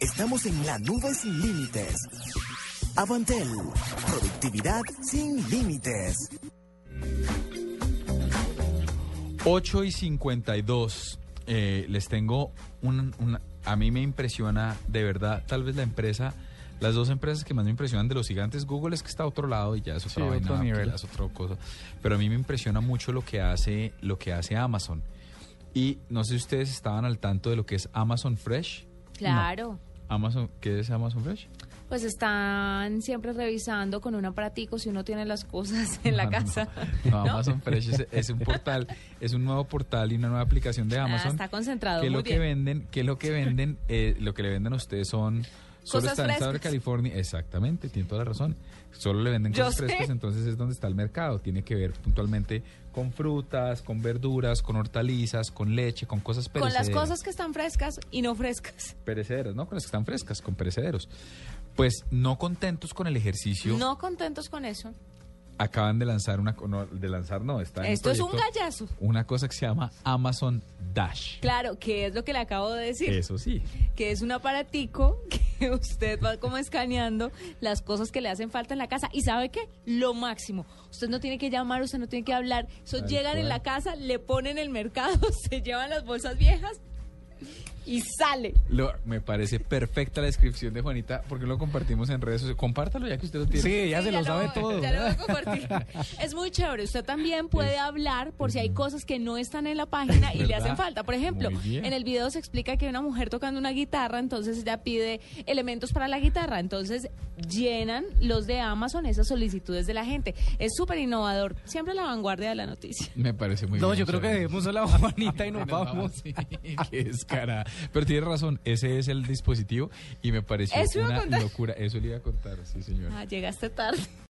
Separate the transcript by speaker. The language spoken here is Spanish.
Speaker 1: estamos en la nube sin límites. Avantel, productividad sin límites.
Speaker 2: 8 y 52. Eh, les tengo un, un- A mí me impresiona de verdad, tal vez la empresa. Las dos empresas que más me impresionan de los gigantes, Google es que está a otro lado y ya es otra
Speaker 3: Sí,
Speaker 2: vaina,
Speaker 3: otro nivel.
Speaker 2: ya es otra cosa. Pero a mí me impresiona mucho lo que hace, lo que hace Amazon. Y no sé si ustedes estaban al tanto de lo que es Amazon Fresh.
Speaker 4: Claro.
Speaker 2: Amazon, ¿qué es Amazon Fresh?
Speaker 4: Pues están siempre revisando con un aparatico si uno tiene las cosas en la
Speaker 2: Ah, No, no, no.
Speaker 4: casa.
Speaker 2: No, Amazon Fresh es, es un portal, es un nuevo portal y una nueva aplicación de
Speaker 4: Ah,
Speaker 2: Amazon.
Speaker 4: está concentrado.
Speaker 2: que
Speaker 4: muy
Speaker 2: lo que
Speaker 4: bien.
Speaker 2: venden, que lo que venden, eh, lo que le venden a ustedes son solo
Speaker 4: Cosas
Speaker 2: está en el estado de
Speaker 4: frescas.
Speaker 2: California, exactamente, tiene toda la razón. Solo le venden
Speaker 4: Yo
Speaker 2: cosas
Speaker 4: sé.
Speaker 2: frescas, entonces es donde está el mercado. Tiene que ver puntualmente con frutas, con verduras, con hortalizas, con leche, con cosas
Speaker 4: Con
Speaker 2: perecederas.
Speaker 4: las cosas que están frescas y no frescas.
Speaker 2: perecederas, no con las que están frescas, con perecederos. Pues no contentos con el ejercicio,
Speaker 4: No contentos con eso.
Speaker 2: acaban de lanzar una co- no, de lanzar no, está en
Speaker 4: Esto es un
Speaker 2: proyecto
Speaker 4: gallazo.
Speaker 2: una cosa que se llama Amazon Dash.
Speaker 4: Claro, que es lo que le acabo de decir.
Speaker 2: Eso sí.
Speaker 4: que es un aparatico que usted va como escaneando las cosas que le hacen falta en la casa y sabe qué, lo máximo. Usted no tiene que llamar, usted no tiene que hablar. Eso
Speaker 2: Tal
Speaker 4: llegan
Speaker 2: cual.
Speaker 4: en la casa, le ponen el mercado, se llevan las bolsas viejas y sale.
Speaker 2: Lo- me parece perfecta la descripción de Juanita porque lo compartimos en redes sociales. Compártalo ya que usted lo tiene.
Speaker 3: Sí, ya se lo sabe todo.
Speaker 4: ya lo voy a compartir. Es muy chévere. Usted también puede hablar por si hay cosas que no están en la página y le
Speaker 2: ¿Verdad?
Speaker 4: hacen falta. Por ejemplo,
Speaker 2: Muy bien.
Speaker 4: en el video se explica que hay una mujer tocando una guitarra, entonces ella pide elementos para la guitarra. Entonces llenan los de Amazon esas solicitudes de la gente. Es súper innovador. Siempre a la vanguardia de la noticia.
Speaker 2: Me parece muy
Speaker 3: no,
Speaker 2: bien,
Speaker 3: yo creo que
Speaker 2: Sharon.
Speaker 3: dejemos sola a Juanita y nos vamos.
Speaker 2: Sí, qué descarada. Pero tiene razón, ese es el dispositivo y me pareció
Speaker 4: Eso iba a
Speaker 2: una
Speaker 4: contar.
Speaker 2: locura. Eso le iba a contar, sí, señor.
Speaker 4: Ah, llegaste tarde.